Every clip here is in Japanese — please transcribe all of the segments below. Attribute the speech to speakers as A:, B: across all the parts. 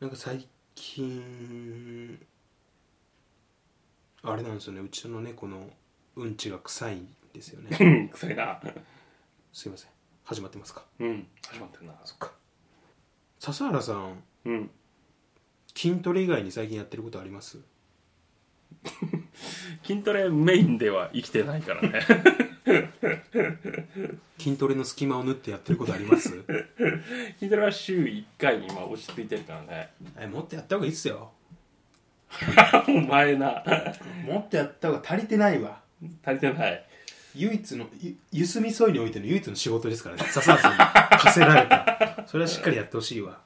A: なんか最近あれなんですよねうちの猫のうんちが臭いんですよ ね
B: うん臭いな
A: すいません始まってますか
B: うん始まってるな
A: そっか笹原さん
B: うん
A: 筋トレ以外に最近やってることあります
B: 筋トレメインでは生きてないからね
A: 筋トレの隙間を縫ってやってることあります
B: 筋トレは週1回に今落ち着いてるから ね
A: えもっとやった方がいいっすよ
B: お前な
A: もっとやった方が足りてないわ
B: 足りてない
A: 唯一のゆゆすみそいにおいての唯一の仕事です からね笹原さんに課せられ たそれはしっかりやってほしいわ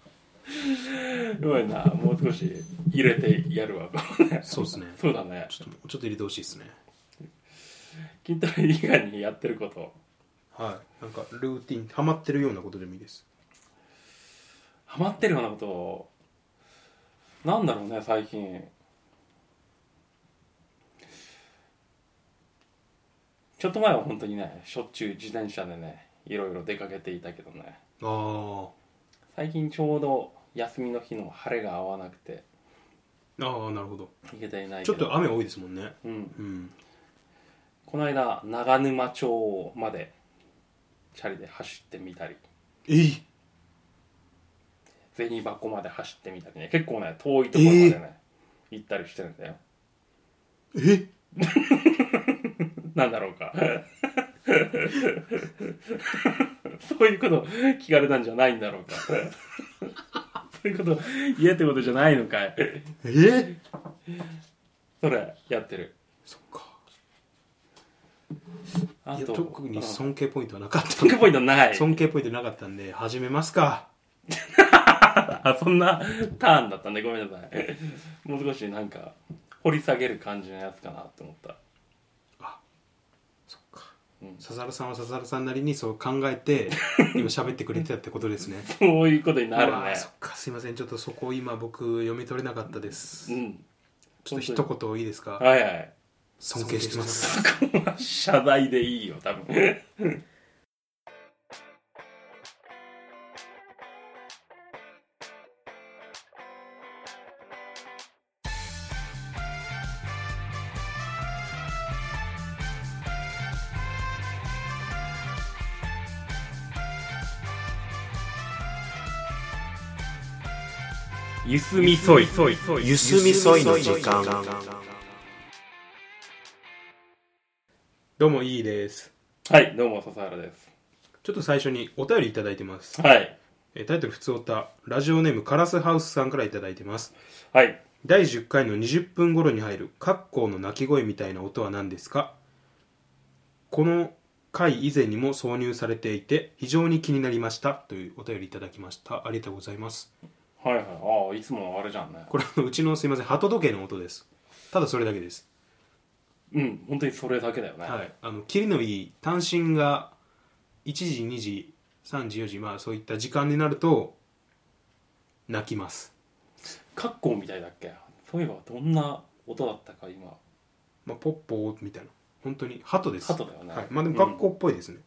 B: すごいなもう少し入れてやるわ
A: そうですね
B: そうだね
A: ちょっとちょっと入れてほしいですね
B: 筋トレ以外にやってること
A: はいなんかルーティンハマってるようなことでもいいです
B: ハマってるようなことなんだろうね最近ちょっと前は本当にねしょっちゅう自転車でねいろいろ出かけていたけどね
A: あー
B: 最近ちょうど休みの日の晴れが合わなくて
A: ああなるほど
B: 行けていない
A: ち
B: け
A: ょっ
B: ど
A: と雨多いですもんね
B: うん、
A: うん
B: この間長沼町までチャリで走ってみたり
A: えい
B: 銭箱まで走ってみたりね結構ね遠いところまでね、行ったりしてるんだよ
A: え
B: なんだろうかそういうこと聞かれたんじゃないんだろうかそういうこと言えってことじゃないのかい
A: え
B: それやってる
A: そっか
B: あ
A: いや
B: と
A: 特に
B: そ
A: 尊敬ポイントはなかった
B: ックポイントない
A: 尊敬ポイントなかったんで始めますか
B: あそんなターンだったんでごめんなさいもう少しなんか掘り下げる感じのやつかなって思った
A: そっか
B: うん
A: 笹原さんは笹原さんなりにそう考え て今喋ってくれてたってことですね
B: そういうことになる
A: うわ
B: ね
A: ーそっかすいませんちょっとそこを今僕読み取れなかったです
B: うん
A: ちょっと一言いいですか
B: はいはい
A: 尊敬してます
B: 謝罪でいいよ多分ゆすみそいそいそい
A: ゆすみそいの時間どうもいいです
B: はいどうも笹原です
A: ちょっと最初にお便りいただいてます
B: はい
A: えータイトル「ふつおた」ラジオネームカラスハウスさんからいただいてます
B: はい
A: 第10回の20分頃に入るカッコウの鳴き声みたいな音は何ですかこの回以前にも挿入されていて非常に気になりましたというお便りいただきましたありがとうございます
B: はいはいああいつものあれじゃんね
A: これあのうちのすいません鳩時計の音ですただそれだけです
B: うん本当にそれだけだよね、
A: はいあの切りのいい単身が1時2時3時4時まあそういった時間になると泣きます、
B: カッコウみたいだっけそういえばどんな音だったか今
A: まあ、ポッポーみたいな本当に鳩です
B: 鳩だよね
A: はい、まあでも学校っぽいですね、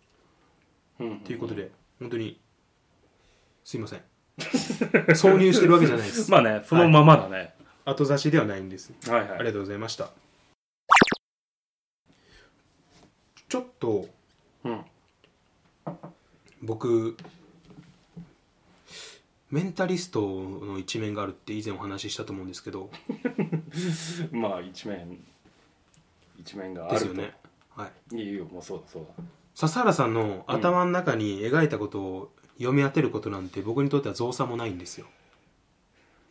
B: うん
A: ということ
B: で
A: で本当にすいません 挿入してるわけじゃないです
B: まあねそのままだね、
A: 後差しではないんです
B: はい、は
A: あ
B: い
A: りがとうございましたちょっと
B: うん
A: 僕メンタリストの一面があるって以前お話ししたと思うんですけど
B: まあ一面一面があ
A: で
B: る
A: す
B: と
A: よね、はい、
B: いいよもうそうだそう
A: 笹原さんの頭の中に描いたことを読み当てることなんて僕にとっては造作もないんですよ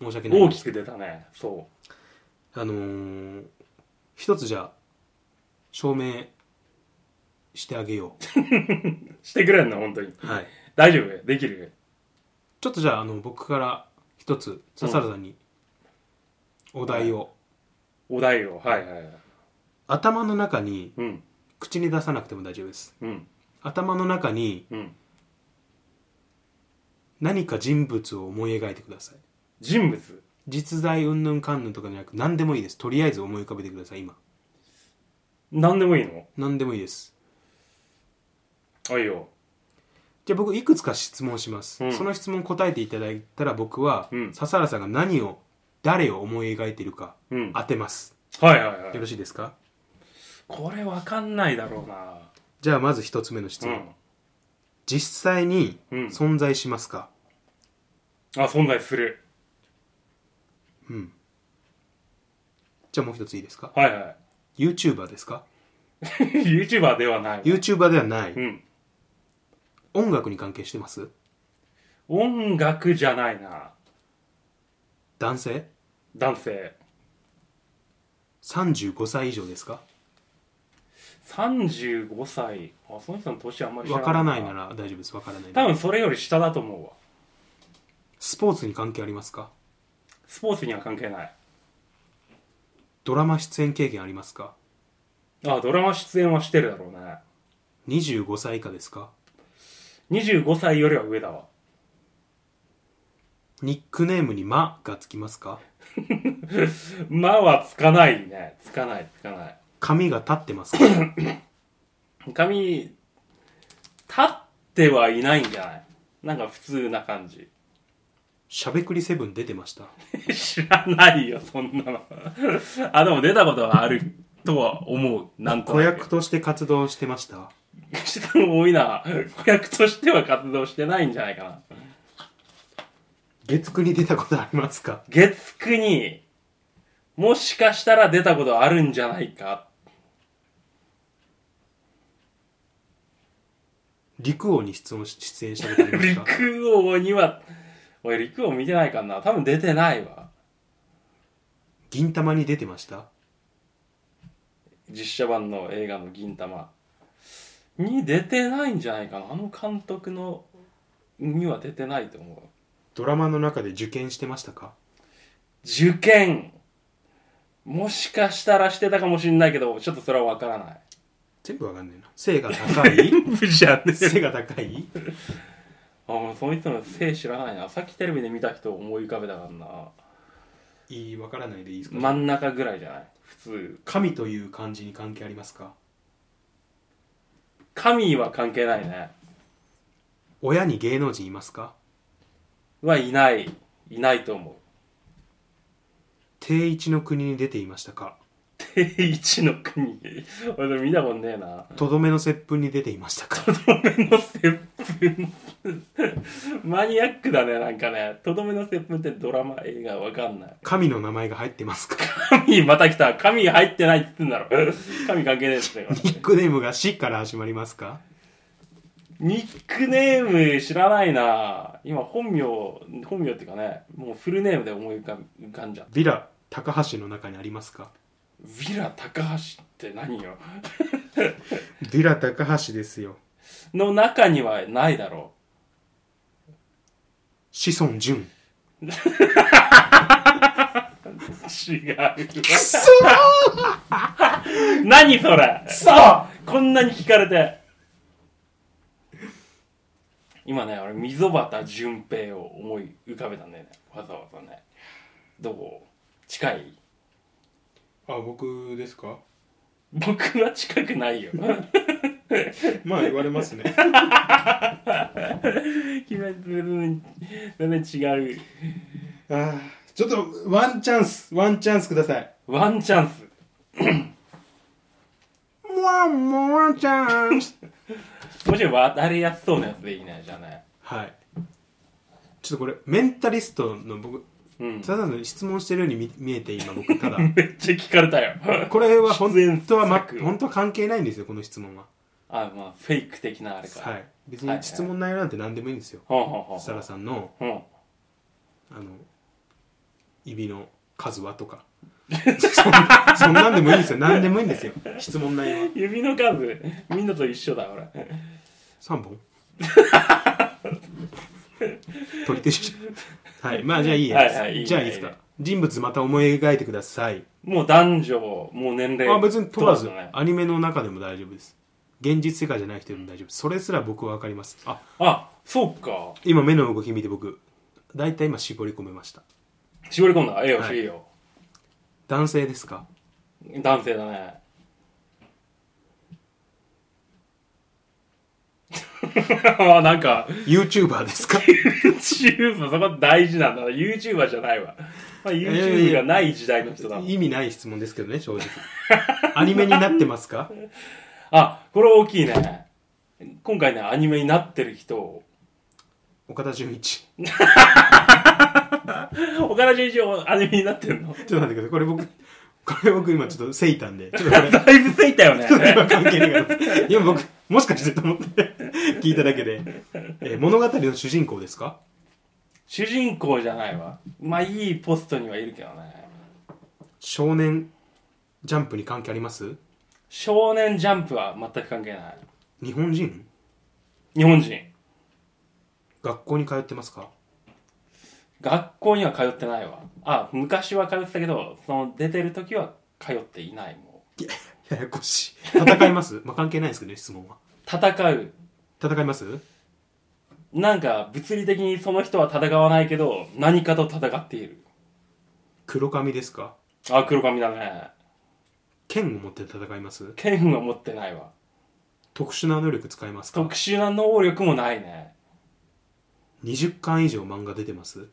A: 申し訳
B: だ
A: ないん
B: 大
A: です
B: きく出たねそ
A: あのー、一つじゃあ証明してあげよ
B: うしてくれんの本当に
A: う、はい、
B: 大丈夫できる
A: ちょっとじゃああの僕から一つ笹原さんにお題を、
B: お題をはいはいはい
A: 頭の中に
B: うん
A: 口に出さなくても大丈夫です
B: うん
A: 頭の中に
B: うん
A: 何か人物を思い描いてください
B: 人物
A: 実在云々かんぬんとかじゃなく何でもいいですとりあえず思い浮かべてください今
B: 何でもいいの
A: 何でもいいです
B: あいいよ
A: じゃあ僕いくつか質問します、
B: うん
A: その質問答えていただいたら僕は、
B: うん
A: 笹原さんが何を誰を思い描いているか
B: うん
A: 当てます、
B: はいはいは
A: よ
B: い
A: ろしいですか
B: これわかんないだろうな
A: じゃあまず一つ目の質
B: う
A: 問、
B: ん
A: 実際に
B: うん
A: 存在しますか、
B: あ存在する
A: じゃあもう一ついいですか
B: は いは
A: YouTuber ですか
B: い YouTuber ではない
A: YouTuber ではない、
B: うん
A: 音楽に関係してます
B: 音楽じゃないな
A: 男性
B: 男性
A: 35歳以上ですか
B: 35歳あその人の年あんまり知ら
A: わ
B: ない
A: からないなら大丈夫ですわからないな
B: 多
A: ら
B: 分それより下だと思うわ
A: スポーツに関係ありますか
B: スポーツには関係ない
A: ドラマ出演経験ありますか
B: あドラマ出演はしてるだろうね
A: 25歳以下ですか
B: 25歳よりは上だわ
A: ニックネームに「ま」がつきますか
B: まあはつかないねつかないつかない
A: 髪が立ってますか
B: 髪立ってはいないんじゃないなんか普通な感じ
A: しゃべくりセブン出てました
B: 知らないよそんなのあでも出たことはあるとは思うなんと
A: 子
B: な
A: 役
B: く
A: として活動してました
B: 人も多いな子役としては活動してないんじゃないかな
A: 月9に出たことありますか
B: 月9にもしかしたら出たことあるんじゃないか
A: 陸王に出演し出演したことありますか
B: 陸王には俺陸王見てないかな多分出てないわ
A: 銀玉に出てました
B: 実写版の映画の「銀玉」に出てないんじゃないかなあの監督のには出てないと思う
A: ドラマの中で受験してましたか
B: 受験もしかしたらしてたかもしれないけどちょっとそれはわから ない
A: 全部わかんないな背が高い
B: 部じゃね
A: 背が高い
B: あもうその人の性知らないなさっきテレビで見た人を思い浮かべたからない
A: いわからないでいいですか、
B: 真ん中ぐらいじゃない普通
A: 神という漢字に関係ありますか
B: 神は関係ないね
A: 親に芸能人いますか
B: はいないいないと思う
A: 定一の国に出ていましたか
B: 定一の国俺でも見たことねえな
A: とどめの接吻に出ていましたか
B: とどめの接吻マニアックだねなんかねとどめの接吻ってドラマ映画わかんない
A: 神の名前が入ってますか
B: 神また来た神入ってないって言ってんだろ神関係ねえっつって
A: ニックネームが「死」から始まりますか
B: ニックネーム知らないな今本名本名っていうかねもうフルネームで思い浮か浮かんじゃう
A: ビラ高橋の中にありますか
B: ヴィラ高橋って何よ
A: ビラ高橋ですよ
B: の中にはないだろ
A: 志尊淳
B: う違う何それ
A: さあ
B: こんなに聞かれて今ね俺溝端淳平を思い浮かべたんだよねわざわざねどう近い
A: あ僕ですか
B: 僕は近くないよ
A: まあ言われますね
B: 全然違う
A: あちょっとワンチャンスワンチャンスください
B: ワンチャンス
A: ワンモワンチャンス
B: もし渡りやすそうなやつでいいねじゃあね
A: はいちょっとこれメンタリストの僕
B: うん
A: ただの質問してるように見見えて今僕 ただ
B: めっちゃ聞かれたよ
A: これは本当は、ま
B: 出演作、
A: 本当は関係ないんですよこの質問は
B: あまあフェイク的なあれか
A: はい別
B: はいは
A: に
B: い
A: 質問内容なんて何でもいいんですよ
B: ほんほんほん
A: 設楽さんの
B: ほん
A: あの指の数はとかそんなそんなんでもいいんですよ何でもいいんですよ質問内容は
B: 指の数みんなと一緒だ俺
A: 3本取り手しはいまあじゃあいいや、
B: はいはいいいね
A: じゃあいいですか
B: いいね
A: 人物また思い描いてください、
B: もう男女もう年齢
A: あ別に問わず
B: ね
A: アニメの中でも大丈夫です現実世界じゃない人でも大丈夫それすら僕は分かりますあ
B: あそうか
A: 今目の動き見て僕大体今絞り込めました
B: 絞り込んだええよ、
A: はい
B: い、いよ
A: 男性ですか
B: 男 性だねなんか
A: YouTuber ですか
B: YouTuber そこ大事なんだ YouTuber じゃないわ、まあ、YouTube がない時代の人だもん、
A: 意味ない質問ですけどね正直 アニメになってますか
B: あこれ大きいね今回ねアニメになってる人を
A: 岡田准一
B: 岡田准一をアニメになってるの
A: ちょっと待ってくださいこれ僕これ僕今ちょっとセイタンでちょっとこれ
B: だいぶついたよ ね
A: 今関係ないから今僕もしかしてと思って聞いただけで、えー物語の主人公ですか
B: 主人公じゃないわまあいいポストにはいるけどね
A: 少年ジャンプに関係あります
B: 少年ジャンプは全く関係ない
A: 日本人
B: 日本人
A: 学校に通ってますか
B: 学校には通ってないわあ昔は通ってたけどその出てる時は通っていないも
A: ややこしい戦いますまあ関係ないですけどね質問は
B: う戦う
A: 戦います
B: なんか物理的にその人は戦わないけど何かと戦っている
A: 黒髪ですか
B: あ黒髪だね
A: 剣を持って戦います
B: 剣は持ってないわ
A: 特殊な能力使いますか
B: 特殊な能力もないね
A: 20巻以上漫画出てます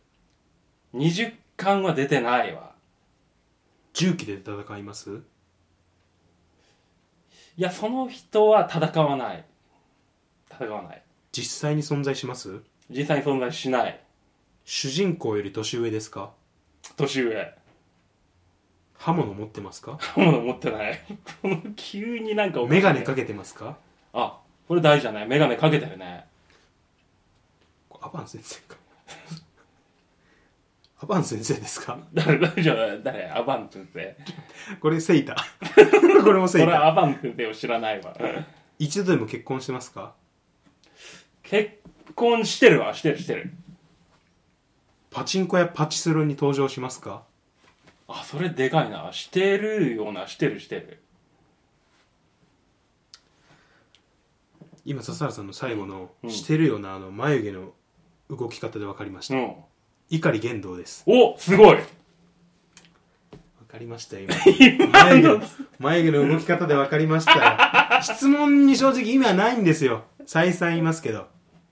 B: 20巻は出てないわ
A: 銃器で戦います
B: いやその人は戦わない戦わない
A: 実際に存在します
B: 実際に存在しない
A: 主人公より年上ですか
B: 年上
A: 刃物持ってますか
B: 刃物持ってないこの急になんかおかしい
A: 眼鏡かけてますか
B: あこれ大事だね眼鏡かけてるね
A: アバン先生か アバン先生ですか
B: 誰大丈夫誰アバン先生
A: これセイタ これも
B: そ
A: セイ
B: れ
A: タ
B: アバン先生を知らないわ
A: 一度でも結婚してますか
B: 結婚してるわしてるしてる
A: パチンコやパチスロに登場しますか
B: あそれでかいなしてるようなしてるしてる
A: 今笹原さんの最後の、
B: うん
A: してるよなあの眉毛の動き方で分かりまし
B: う
A: た、
B: ん
A: 碇玄道です
B: おすごい
A: 分かりま したよ今眉毛の眉毛の動き方で分かりましたよ 質問に正直意味はないんですよ再三言いますけど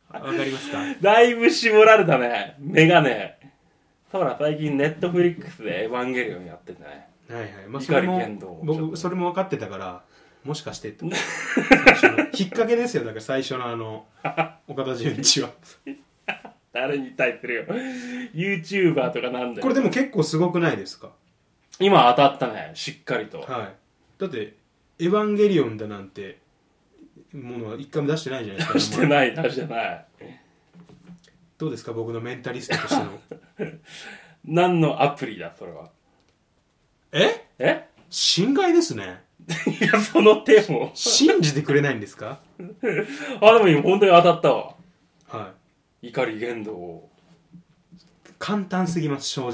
A: 分かりますか
B: だいぶ絞られたね眼鏡ほら最近ネットフリックスで「エヴァンゲリオン」やってんだね
A: はいはい、まあ、
B: 碇
A: それも
B: 剣道ちょっと
A: 僕それも分かってたからもしかして と最初の引っ掛けですよだから最初のあの岡田准一 は
B: 誰に対するよ YouTuber とかなんだよ
A: これでも結構すごくないですか
B: 今当たったねしっかりと
A: はいだって「エヴァンゲリオン」だなんてものは一回も出してないじゃないですか
B: 出してない出してない
A: どうですか僕のメンタリストとしての
B: 何のアプリだそれは
A: え
B: え
A: 侵害ですね
B: いやその手も
A: 信じてくれないんですか
B: あでも今本当に当たったわ
A: は
B: 怒り言動 を
A: い簡単すぎます正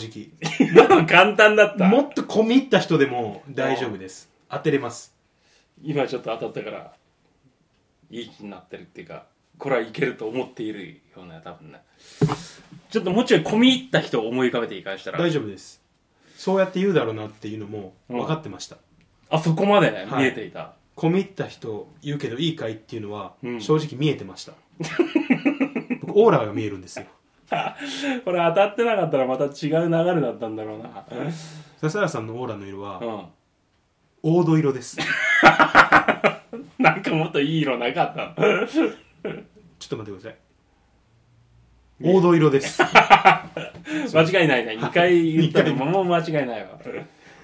B: 今の簡単だ
A: 直
B: った
A: もっと込み入った人でも大丈夫です当てれます
B: 今ちょっと当たったからいい気になってるっていうかこれはいけると思っているよね多分ねちょっともうちょい込み入った人を思い浮かべていいかしたら
A: 大丈夫ですそうやって言うだろうなっていうのも
B: うん
A: 分かってました、
B: あそこまでね
A: はい
B: 見えていた、
A: 込み入った人言うけどいいかいっていうのは
B: うん
A: 正直見えてました、僕オーラが見えるんですよ
B: これ当たってなかったらまた違う流れだったんだろうな
A: 笹原さんのオーラの色
B: う
A: は
B: ん
A: 黄土色です
B: なんかもっといい色なかったの
A: ちょっと待ってください黄土色です
B: 間違いないね2回言ったら
A: 二
B: もう間違いないわ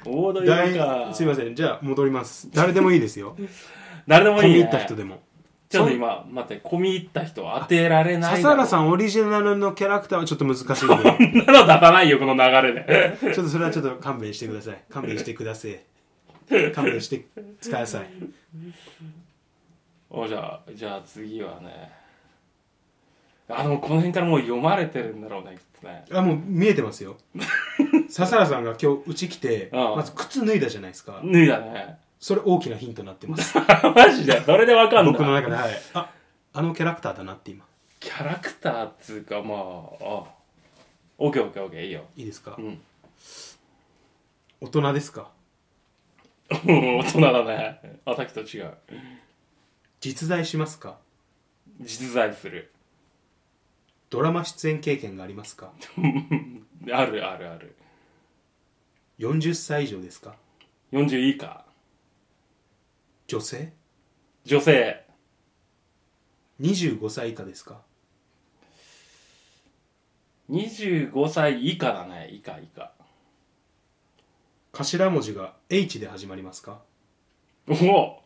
B: 大戸
A: だ
B: 色か
A: いすいませんじゃあ戻ります誰でもいいです よ
B: 誰でも
A: 込み
B: い
A: 入
B: い、ね
A: っ、た人でも
B: ちょっと今待って込み入った人当てられない
A: 笹原さ
B: ん
A: んオリジナルのキャラクターはちょっと難しいので
B: なの出さないよこの流れで
A: ちょっとそれはちょっと勘弁してくださ い勘弁してください勘弁してください
B: おじゃあじゃあ次はねあのこの辺からもう読まれてるんだろうねきっとね
A: あもう見えてますよ笹原さんが今日うち来て
B: ああ
A: まず靴脱いだじゃないですか
B: 脱いだね
A: それ大きなヒントになってます
B: マジでそれでわかん
A: 僕の
B: ない
A: 中ではいああのキャラクターだなって今
B: キャラクターっつうかまああオッケーオッケーオッケーい いよ
A: いいですか、
B: うん
A: 大人ですか
B: うん大人だねあさっきと違う
A: 実在しますか
B: 実在する
A: ドラマ出演経験がありますか
B: あるあるある
A: 40歳以上ですか
B: 40以下
A: 女性
B: 女性
A: 25歳以下ですか
B: 25歳以下だね以下以下
A: 頭文字が H で始まりますか
B: おお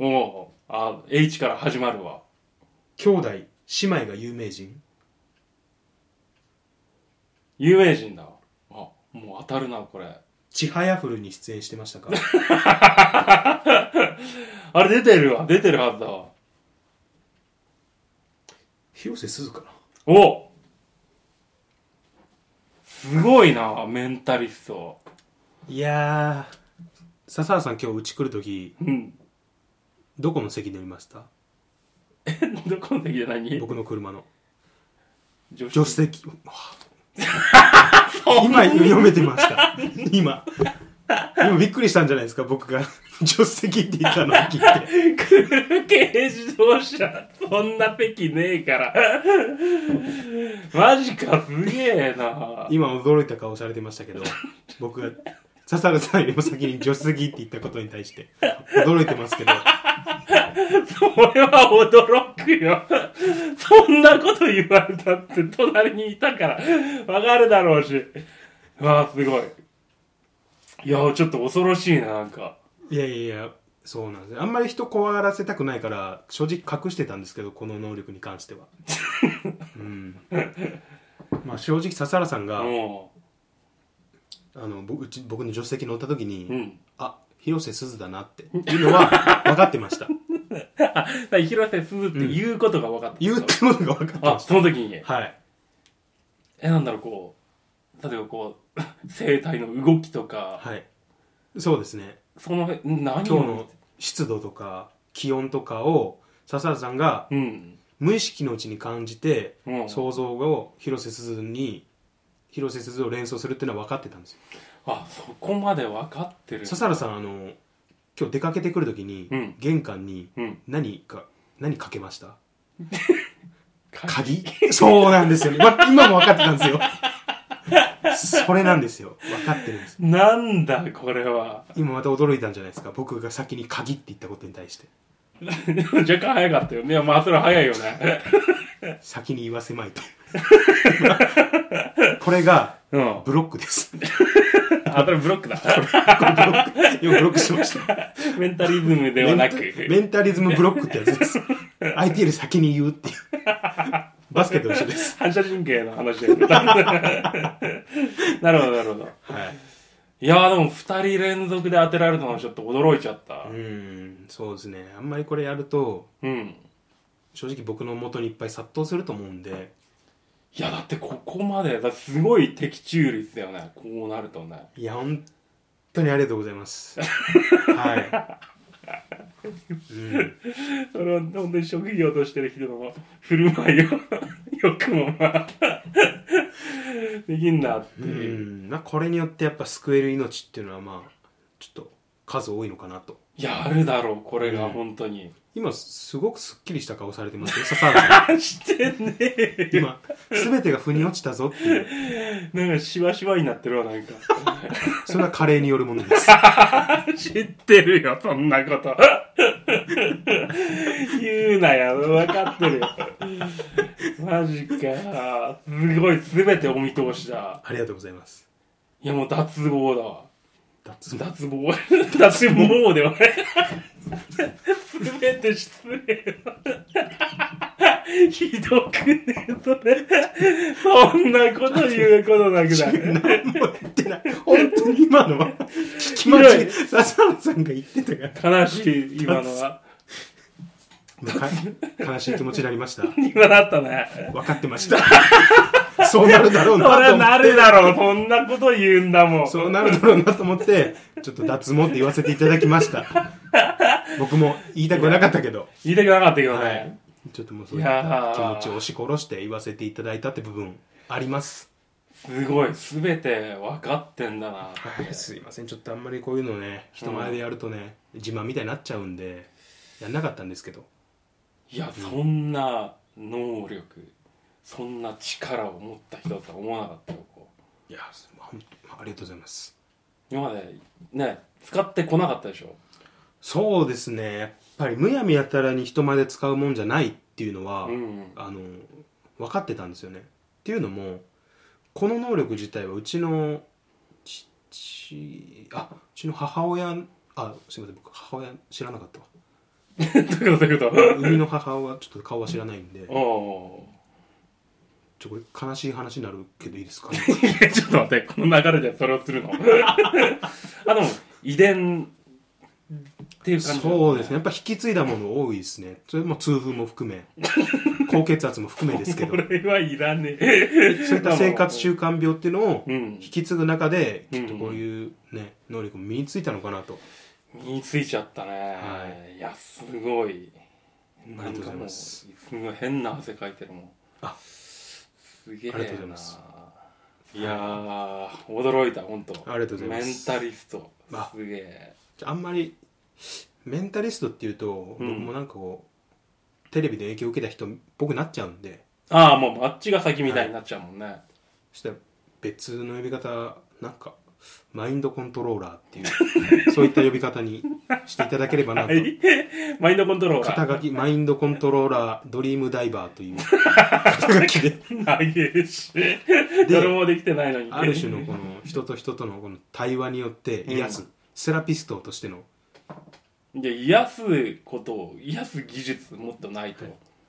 B: おおあ H から始まるわ
A: 兄弟姉妹が有名人
B: 有名人だわあもう当たるなこれ
A: ちはやふるに出演してま したか
B: あれ出てるわ出てるはずだわ
A: 広瀬すずかな
B: おすごいなメンタリスト
A: いやー笹原さん今日うち来る時
B: うん
A: どこの席乗りました
B: どこの時で何
A: 僕の車の
B: 女
A: 助手 席今読めてました今今びっくりしたんじゃないですか僕が助手席って言ったのを聞いて
B: 軽自動車そんな席ねえからマジかすげえな
A: 今驚いた顔されてましたけど僕が笹原さんよりも先に助手席って言ったことに対して驚いてますけど
B: それは驚くよそんなこと言われたって隣にいたからわかるだろうしわあすごいいやちょっと恐ろしいななんか
A: いやいやいやそうなんですあんまり人怖がらせたくないから正直隠してたんですけどこの能力に関しては うんまあ正直笹原さんが、
B: も
A: あの僕うち僕の助手席乗った時に、
B: ううん
A: あ広瀬すずだなっていうのは分かってました
B: あだ広瀬すずって言うことが分かった、
A: 言うってことが分かって
B: あ
A: まし
B: その時に
A: たはい
B: えなんだろうこう例えばこう声帯の動きとか、
A: はいそうですね
B: その辺ん何
A: 今
B: を
A: 日の湿度とか気温とかを笹原さんが
B: うん
A: 無意識のうちに感じて、
B: うん
A: 想像を広瀬すずに広瀬すずを連想するっていうのは分かってたんですよ
B: あそこまで分かってる
A: 笹原さんあの今日出かけてくる時に、
B: うん
A: 玄関に
B: うん
A: 何か何かけま した
B: か
A: 鍵そうなんですよね、わ今も分かってたんですよそれなんですよ分かってるんです
B: なんだこれは
A: 今また驚いたんじゃないですか僕が先に鍵って言ったことに対して
B: 若干早かったよねいやまあそれは早いよね
A: 先に言わせまいとこれが
B: うん
A: ブロックです
B: あそれブロックだ
A: これブロック今ブロックしました
B: メンタリズムではなく
A: メンタメンタリズムブロックってやつ です相手より先に言うっていうバスケと一緒 です
B: 反射神経の話だよね なるほどなるほど
A: はい
B: いやーでも2人連続で当てられたのちょっと驚いちゃった
A: うーんそうですねあんまりこれやると
B: うん
A: 正直僕の元にいっぱい殺到すると思うんで
B: いやだってここまでだってすごい的中率だよねこうなるとね
A: いや本当にありがとうございます はい、うん、
B: それは本当に職業としてる人の振る舞いを よくもまあできんなって
A: う
B: いう、
A: ん、まあこれによってやっぱ救える命っていうのはまあちょっと数多いのかなと
B: いやあるだろうこれが
A: うん
B: 本当に、
A: 今すごくすっきりした顔されて ますよ笹原さ
B: あしてねえ
A: ん 今全てが腑に落ちたぞっていう
B: なんかしわしわになってるわなんか
A: それは加齢によるもの です
B: 知ってるよそんなこと言うなや分かってるよマジかすごい全てお見通しだ
A: ありがとうございます
B: いやもう脱帽だわ
A: 脱毛
B: 脱帽 脱帽ではない全て失礼だひどくねそれそんなこと言うことなくない
A: 何もやってない本当に今のは聞き間 違い笹原さんが言ってたから
B: 悲しい今のは
A: もうか悲しい気持ちになりました
B: 今だったね
A: 分かってました そうなるだろう
B: そ
A: なと
B: れ
A: 思っ
B: なるだろうそんなこと言うんだもん
A: てそうなるだろうなと思ってちょっと脱毛って言わせていただきました僕も言いたくはなかったけど
B: 言いたくなかったけどね、
A: はいちょっともうそういっ
B: いや
A: た
B: ー
A: 気持ちを押し殺して言わせていただいたって部分あります
B: すごい全て分かってんだな
A: はいすいませんちょっとあんまりこういうのね人前でやるとね、自慢みたいになっちゃうんでやんなかったんですけど
B: いやそんな能力そんな力を持った人だとは思わなかったよこう
A: いやほんありがとうございます
B: 今までね使ってこなかったでしょ
A: そうですねやっぱりむやみやたらに人まで使うもんじゃないっていうのは、
B: うん
A: あの分かってたんですよねっていうのもこの能力自体はうちの父あうちの母親あすいません僕母親知らなか ったわ
B: どういうこ とどういうこと
A: 生みの母親ちょっと顔は知らないんで
B: お
A: ちょこれ悲しい話になるけどいいですか、 ね、
B: ーいやちょっと待ってこの流れでそれをするの あでも遺伝っていう感じだね
A: そうですねやっぱ引き継いだもの多いですねそれも痛風も含 め高血圧も含めですけど
B: こ
A: そう
B: れはいらねえ
A: いった生活習慣病っていうのを
B: うん
A: 引き継ぐ中できっとこういうね能力も身についたのかなと
B: 身についちゃったね、、
A: はい
B: やすごい
A: ありがとうございます
B: なんかもうすごい変な汗かいてるもん
A: あ
B: すげえな
A: ありがとうございます
B: いやー驚いた本当
A: ありがとうございます
B: メンタリスト
A: あ
B: すげえ
A: あんまりメンタリストっていうと
B: う
A: 僕
B: ん
A: もなんかこうテレビで影響を受けた人っぽくなっちゃうんで
B: ああもうあっちが先みたいになっちゃうもんね、
A: そしたら別の呼び方なんかマインドコントローラーって いうそういった呼び方にしていただければなと
B: はいマインドコントローラー
A: 肩書きマインドコントローラードリームダイバーと いう肩書きで
B: 投げるし誰もできてないのに
A: ある種のこの人と人とのこの対話によって癒す、
B: う
A: セラピストとしての
B: いや癒すことを癒す技術もっとないと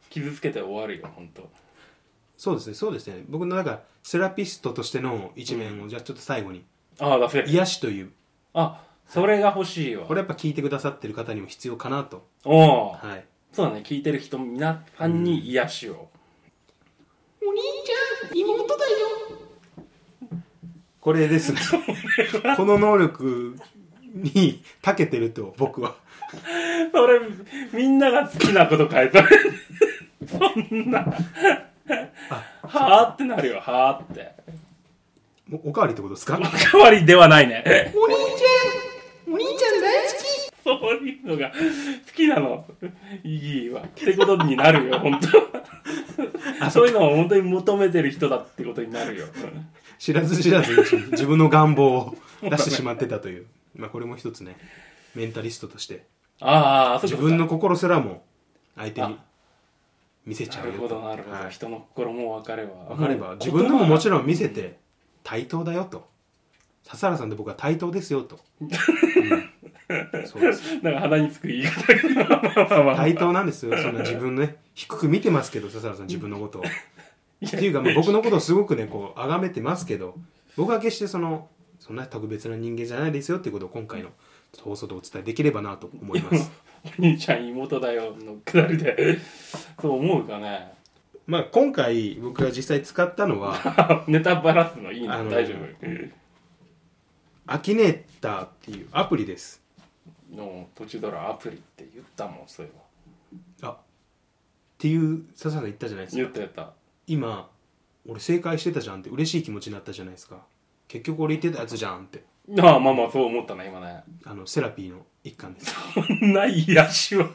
B: 傷つけて終わるよ本当
A: そうですねそうですね僕のなんかセラピストとしての一面を、じゃあちょっと最後に
B: ああ出せ
A: 癒しという
B: あそれが欲しいわ
A: これやっぱ聞いてくださってる方にも必要かなと
B: おお
A: はい
B: そうだね聞いてる人皆さんに癒し を、
C: お兄ちゃん妹だよ
A: これですねこの能力に長けてると僕は
B: それみんなが好きなこと書いてある そんなはあってなるよはあって
A: もうおかわりってことですか
B: おかわりではないね
C: お兄ちゃんお兄ちゃん大好き
B: そういうのが好きなのいいわってことになるよ本当そういうのを本当に求めてる人だってことになるよ
A: 知らず知らずのうちに自分の願望を出してしまってたというまあこれも一つねメンタリストとして
B: ああそう
A: 自
B: か
A: 分の心すらも相手に
B: あ
A: 見せち
B: な
A: ゃう
B: るほ
A: よと
B: どなるほど、
A: はい
B: 人の心も分かれば
A: わかれば自分のももち
B: ん
A: ろん見せて対等だよと笹原さんと僕は対等ですよ と、うんそうです
B: なんか鼻につく言い方がまあまあまあ
A: 対等なんですよそんな自分ね低く見てますけど笹原さん自分の ことをっていうか、まあ、僕のことをすごくねこう崇めてますけど僕は決してそのそんな特別な人間じゃないですよっていうことを今回の放送でお伝えできればなと思い ます
B: お兄ちゃん妹だよのくだりでそう思うかね
A: まあ今回僕が実際使ったのは
B: ネタばらすのいいな
A: あの
B: 大丈
A: アキネーターっていうアプリです
B: 夫の途中からアプリって言ったもんそういえば
A: あっていう笹原さん言ったじゃないですか
B: 言った言った
A: 今俺正解してたじゃんって嬉しい気持ちになったじゃないですか結局俺言ってたやつじゃんって
B: ああまあまあそう思ったね今ね
A: あのセラピーの一環 です
B: そ んな癒し は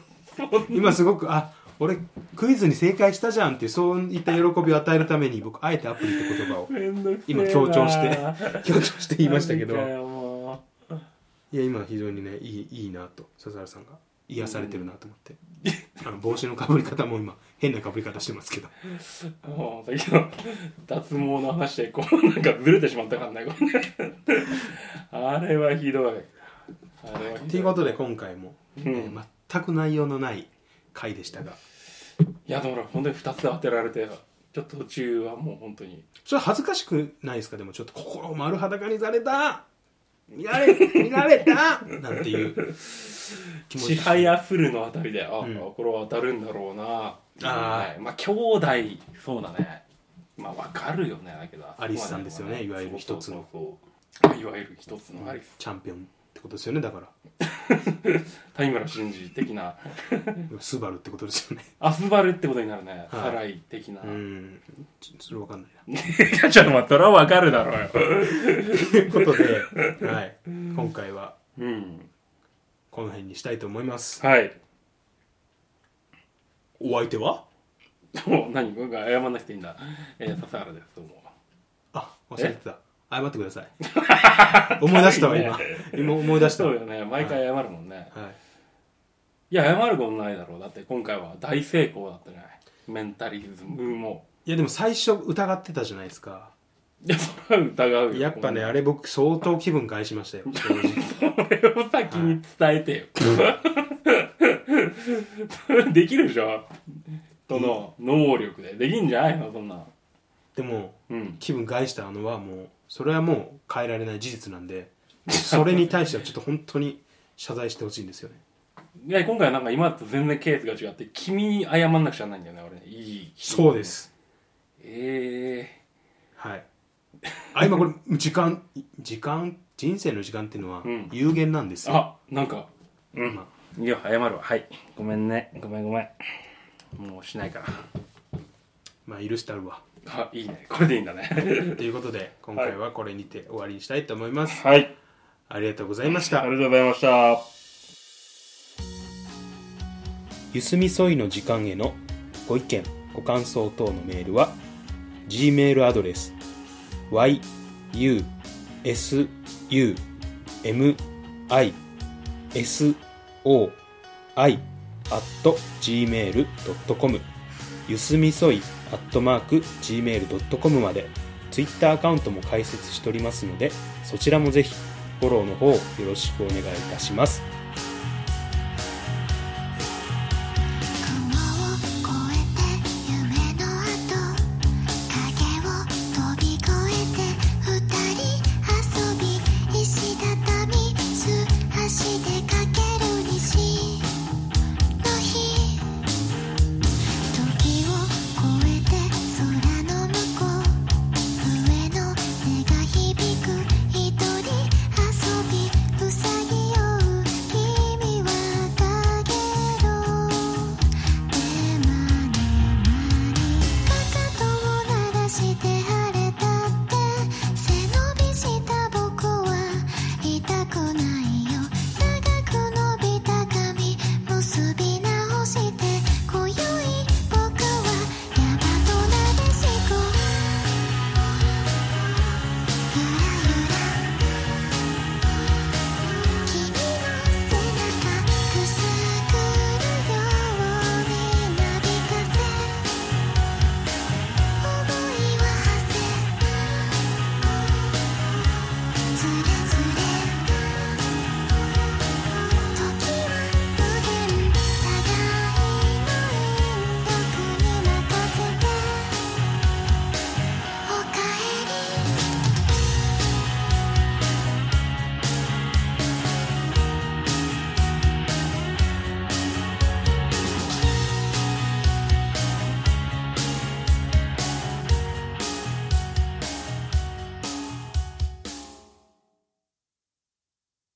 A: 今すごくあ俺クイズに正解したじゃんっていうそういった喜びを与えるために僕あえてアプリって言葉を
B: めんどくせえな
A: 今強調して 強調して言いましたけど
B: なんかよも
A: いや今非常にねいいいいなと笹原さんが癒されてるなと思ってあの帽子のかぶり方も今変なかぶり方してますけど
B: うもう先の脱毛の話でこう なんかずれてしまったからねこれねあれはひどいあれは
A: と
B: ひ
A: いう
B: ど
A: こ
B: い
A: とで今回も、
B: うん
A: えー全く内容のない回でしたが
B: いやでも俺本当に2つ当てられてちょっと途中はもう本当に
A: それ恥ずかしくないですかでもちょっと心を丸裸にされた見られ見られたなんていう気持
B: ち
A: ち
B: はやふるのあたりであ、
A: ん
B: これは当たるんだろうなあ、
A: ー
B: はい、まあ兄弟そうだねまあわかるよねだけど
A: アリスさんですよねいわゆる一つの
B: そうそうそういわゆる一つのアリス、
A: チャンピオンってことですよねだから
B: 谷村新司的な
A: スバルってことですよね
B: アスバルってことになるね、
A: はい
B: サライ的な、
A: う んちそれわかんないな
B: いやちょっと待ってそれはわかるだろうよ
A: ということで、はい、今回は
B: うん
A: この辺にしたいと思います
B: はい
A: おお相手は
B: もう何僕が謝んなくていいんだ。えー、笹原です。どうも。
A: あ忘れてた謝ってください思い出したわ 今今思い出した
B: そ
A: わ
B: うよね。毎回謝るもんね。
A: はい
B: いや、謝ることないだろう。だって今回は大成功だったじゃない。メンタリズムも。
A: いやでも最初疑ってたじゃないですか
B: いや、それは疑うよ。
A: やっぱね
B: こ
A: あれ僕相当気分返しました よ正直
B: れを先に伝えてよ。 できるでしょその能力で。できんじゃないのそんなの。
A: でも
B: うん。
A: 気分害したのはもうそれはもう変えられない事実なんでそれに対してはちょっと本当に謝罪してほしいんですよね
B: いや、今回はなんか今と全然ケースが違って、君に謝んなくちゃなんだよね、俺ね。いい。
A: そうで。す
B: え
A: はいあ今これ時間時間人生の時間っていうのは
B: うん
A: 有限なんです
B: え
A: よ、
B: あ、なんか。うん
A: ま。
B: いや、謝るわ。はい。ごめんね。ごめんごめん。もうしないから。
A: まあ許してあるわ
B: あ、いいね。これでいいんだね。
A: ということで今回はこれにて終わりにしたいと思います、
B: はい。
A: ありがとうございまし
B: あ
A: た
B: りがとうございました。
A: ゆすみそいの時間へのご意見ご感想等のメールは G メールアドレス y u s u m i s o i gmail.com ゆすみそい gmail.com までツイッターアカウントも開設しておりますのでそちらもぜひフォローの方よろしくお願いいたします